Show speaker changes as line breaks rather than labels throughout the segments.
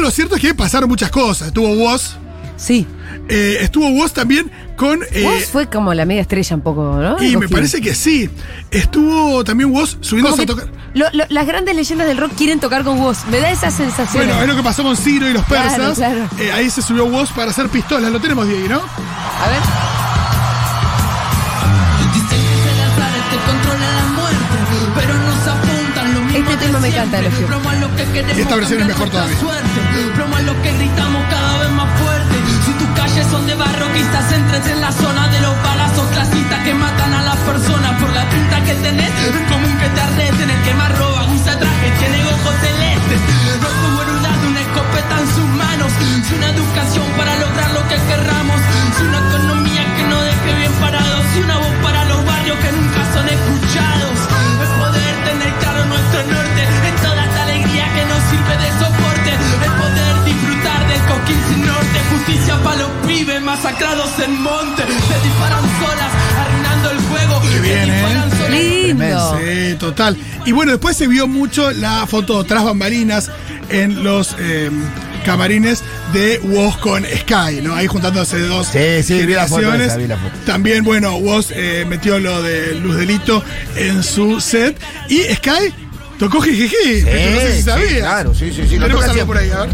lo cierto es que pasaron muchas cosas. Estuvo Woz,
Sí.
eh, estuvo Woz también con... eh,
Vos fue como la media estrella un poco, ¿no?
y me
Cojín.
parece que sí. Estuvo también Woz
Como
subiéndose a
que
tocar...
lo- lo- las grandes leyendas del rock quieren tocar con vos. Me da esa sensación.
Bueno, es lo que pasó con Ciro y los
Claro,
persas.
claro.
Eh, ahí se subió Woz para hacer pistolas. Lo tenemos, Diego, ¿no?
A ver.
Dicen que se las te controla la muerte, pero nos apuntan lo mismo.
Este tema
de
me encanta,
siempre.
Elegio.
Promo a lo que queremos,
Y esta versión es
cambiar
mejor
nuestra
todavía.
Suerte. Promo a lo que gritamos cada vez más fuerte. Si tus calles son de barro, quizás entres en la zona de los balazos clasistas que matan a las personas por la pinta que tenés. Es común que te arresten, el que más roba usa traje, tiene ojos celestes. Rojo borudado, una escopeta en sus manos. Es una educación para lograr lo que querramos. Es una economía que no deje bien parados. Y una voz para los barrios que nunca son escuchados. Es poder tener claro nuestro norte. En toda esta alegría que nos sirve de soporte. Es poder disfrutar del coquín sin norte. Justicia para los pibes masacrados en monte. Se disparan solas, arruinando el juego. Se
bien, ¿eh?
disparan solas.
Lindo.
Sí, total. Y bueno, después se vio mucho la foto tras bambalinas en los eh, camarines de Woz con Sky, ¿no? Ahí juntándose dos
Sí, sí, vi la foto
generaciones.
esa, vi la foto.
También, bueno, Woz eh, metió lo de Luz Delito en su set. Y Sky tocó Jijiji. Esto no sé si
Eh, sí,
sabías.
claro, sí, sí, sí, lo
Tenemos
toca
algo por ahí, a ver.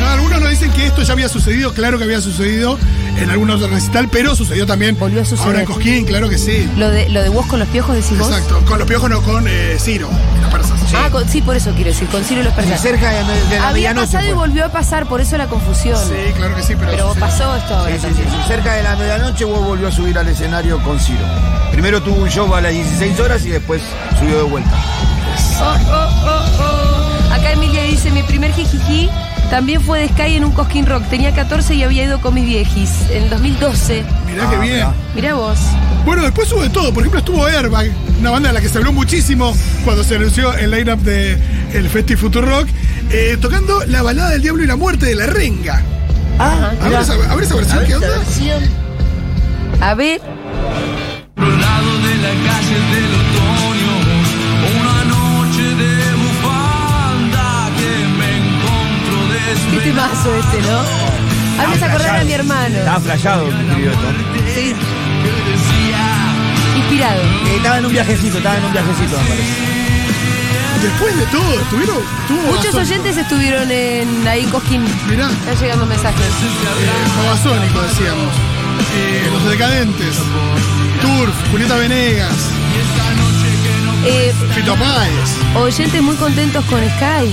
No, algunos nos dicen que esto ya había sucedido, claro que había sucedido en algunos recital, pero sucedió también
Volvió a suceder.
ahora en Cosquín, claro que sí.
Lo de, lo de vos con los piojos, decís vos.
Exacto, con los piojos no, con eh, Ciro, los persas.
Ah, con- sí, por eso quiero decir, con Ciro y los
Y
persas.
cerca de, de la
Había
medianoche. pues.
pasado y
fue.
volvió a pasar, por eso la confusión.
pues. Sí, claro que sí, pero.
Pero pasó esto ahora
Sí, sí, sí,
también.
sí. Cerca de la medianoche vos volvió a subir al escenario con Ciro. Primero tuvo un show a las 16 horas y después subió de vuelta.
Oh, oh, oh, oh. Acá Emilia dice, mi primer jijiji también fue de Sky en un Cosquín Rock. Tenía 14 y había ido con mis viejis en el 2012.
Mirá que
Ah,
bien.
mirá.
Mirá vos.
Bueno, después hubo de todo. Por ejemplo, estuvo Airbag, una banda de la que se habló muchísimo cuando se anunció el line-up del Festi Futuro Rock, eh, tocando la balada del diablo y la muerte de la renga.
Ah,
A ver esa, a ver esa versión, ¿qué onda?
A ver,
Otro lado de la calle del otoño, una noche de bufanda que me encontro
qué
desvelado.
temazo este, ¿no? A mí me hace acordar a mi hermano.
Estaba flayado, querido
Sí. Inspirado.
Eh, estaba en un viajecito, estaba en un viajecito, me parece.
Después de todo, estuvieron. Estuvo
Muchos
Babasónico.
oyentes estuvieron en ahí Cosquín.
Mirá,
Están llegando mensajes.
eh, Babasónico, decíamos. Eh, Los Decadentes, Turf, Julieta Venegas,
Eh,
Fito Páez.
oyentes muy contentos con Sky.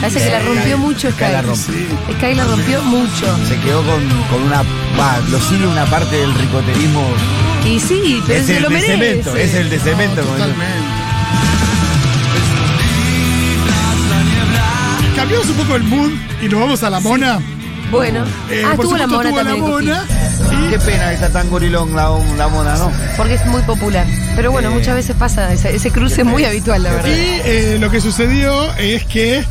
Parece que la rompió mucho Sky.
Sky la rompió.
Sky la rompió mucho.
Se quedó con, con una. Va, lo sigue una parte del ricoterismo.
Y sí, pero
es
se
el
lo
de cemento,
merece.
es el de cemento. como dicen.
Totalmente. Cambiamos un poco el mood y nos vamos a la mona.
Bueno,
Eh,
ah,
por
estuvo la
supuesto,
mona
estuvo
también.
la
Cosquín,
mona.
Qué pena que está tan gorilón la, la mona, ¿no?
Porque es muy popular. Pero bueno, muchas veces pasa ese, ese cruce muy habitual, la
Y
verdad.
eh, lo que sucedió es que,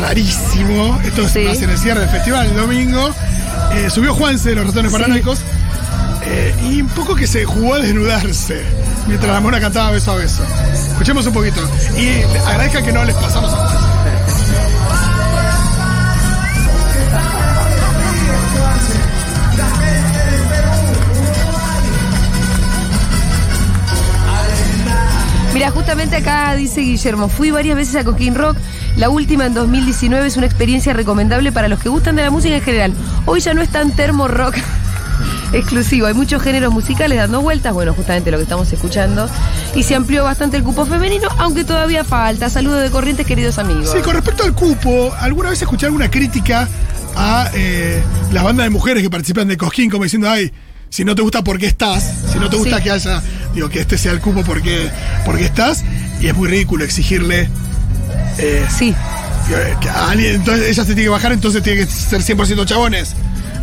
rarísimo, esto es
Sí.
más en el cierre del festival el domingo, eh, subió Juanse de los ratones
Sí.
paranoicos eh, y un poco que se jugó a desnudarse mientras la mona cantaba beso a beso. Escuchemos un poquito y agradezcan que no les pasamos a Juanse.
Arena,
Mira, justamente acá dice Guillermo, fui varias veces a Coquín Rock, la última en 2019 es una experiencia recomendable para los que gustan de la música en general. Hoy ya no es tan termo rock exclusivo, hay muchos géneros musicales dando vueltas, bueno, justamente lo que estamos escuchando, y se amplió bastante el cupo femenino, aunque todavía falta. Saludos de corrientes, queridos amigos.
Sí, con respecto al cupo, ¿alguna vez escuché alguna crítica a eh, las bandas de mujeres que participan de Cosquín como diciendo, ay, si no te gusta, ¿por qué estás? Si no te gusta
Sí.
que haya, digo, que este sea el cupo porque, porque estás, y es muy ridículo exigirle eh,
Sí,
que- que a alguien, entonces ella se tiene que bajar, entonces tiene que ser 100% chabones.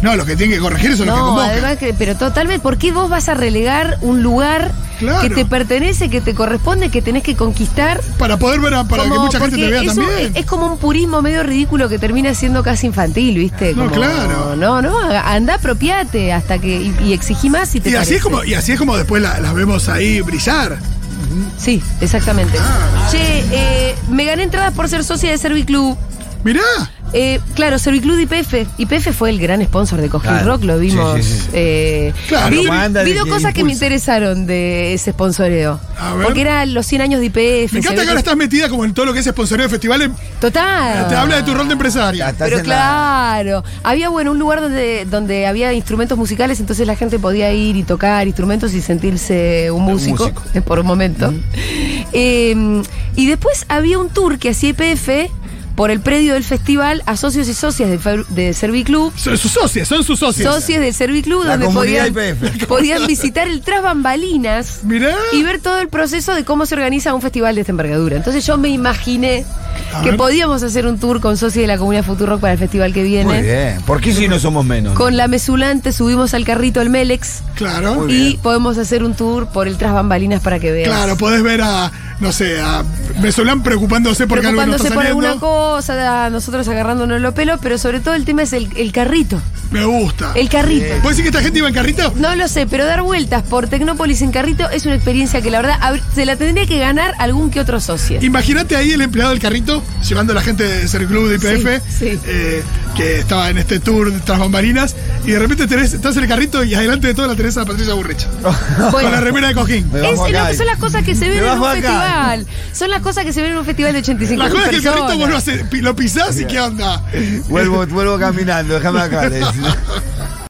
No, los que tienen que corregir son los que
no,
convocan.
además que, pero totalmente, ¿por qué vos vas a relegar un lugar
Claro.
que te pertenece, que te corresponde, que tenés que conquistar?
Para poder ver, a- para que
Como-
mucha gente
porque
te vea
eso
también.
Es, es como un purismo medio ridículo que termina siendo casi infantil, ¿viste?
No,
Como,
claro.
No, no, anda, apropiate hasta que. Y, y exigí más y te
y, así es
parece.
como, y así es como después la- las vemos ahí brillar.
Sí, exactamente.
Ah.
Che, eh, me gané entradas por ser socia de Serviclub.
Mirá,
Eh, claro, Serviclub IPF. IPF fue el gran sponsor de Cojín
Claro.
Rock, lo
Sí,
vimos.
sí, sí.
eh,
Claro,
vi,
manda
vi
de
dos
que
cosas que me
impulsa.
interesaron de ese sponsoreo.
A ver.
Porque eran los 100 años de IPF.
me encanta que ahora estás metida como en todo lo que es sponsoreo de festivales.
Total.
Te habla de tu rol de
Ya
empresaria.
estás
Pero
en la-
claro, había bueno un lugar donde, donde había instrumentos musicales, entonces la gente podía ir y tocar instrumentos y sentirse un músico,
músico.
eh, por un momento. Eh, y después había un tour que hacía IPF por el predio del festival a socios y socias de, Fer- de Serviclub.
Son sus socias, son sus socias.
Socios del Serviclub
La
donde
comunidad
podían,
IPF.
podían visitar el tras bambalinas
Mirá.
y ver todo el proceso de cómo se organiza un festival de esta envergadura. Entonces yo me imaginé
A
que
ver.
podíamos hacer un tour con socios de la comunidad Futurock para el festival que
Muy
viene.
bien. ¿Por qué si no somos menos?
Con la mesulante subimos al carrito el Melex
Claro.
Muy
y
bien.
podemos hacer un tour por el tras bambalinas para que veas.
Claro, podés ver a, no sé, a Mesolán preocupándose porque algo no
Preocupándose
está
por alguna
saliendo.
cosa, a nosotros agarrándonos los pelos, pero sobre todo el tema es el, el carrito.
Me gusta. Eh.
El carrito.
¿Puedes decir que esta gente iba en carrito?
No lo sé, pero dar vueltas por Tecnópolis en carrito es una experiencia que la verdad habr- se la tendría que ganar algún que otro socio.
Imagínate ahí el empleado del carrito llevando a la gente de ser club de IPF
Sí, sí.
eh, que estaba en este tour tras bambalinas y de repente tenés, estás en el carrito y adelante de todo la tenés a Patricia Burrecha con la remera de cojín.
Me
Es
bajo
lo
acá.
que son las cosas que se
Me
ven en un
bajo acá.
festival. Son las cosas que se ven en un festival de 85
La cosa es que el
personas.
carrito vos lo, haces- pi- lo pisás y qué onda.
Vuelvo, vuelvo caminando, déjame acá. le decís.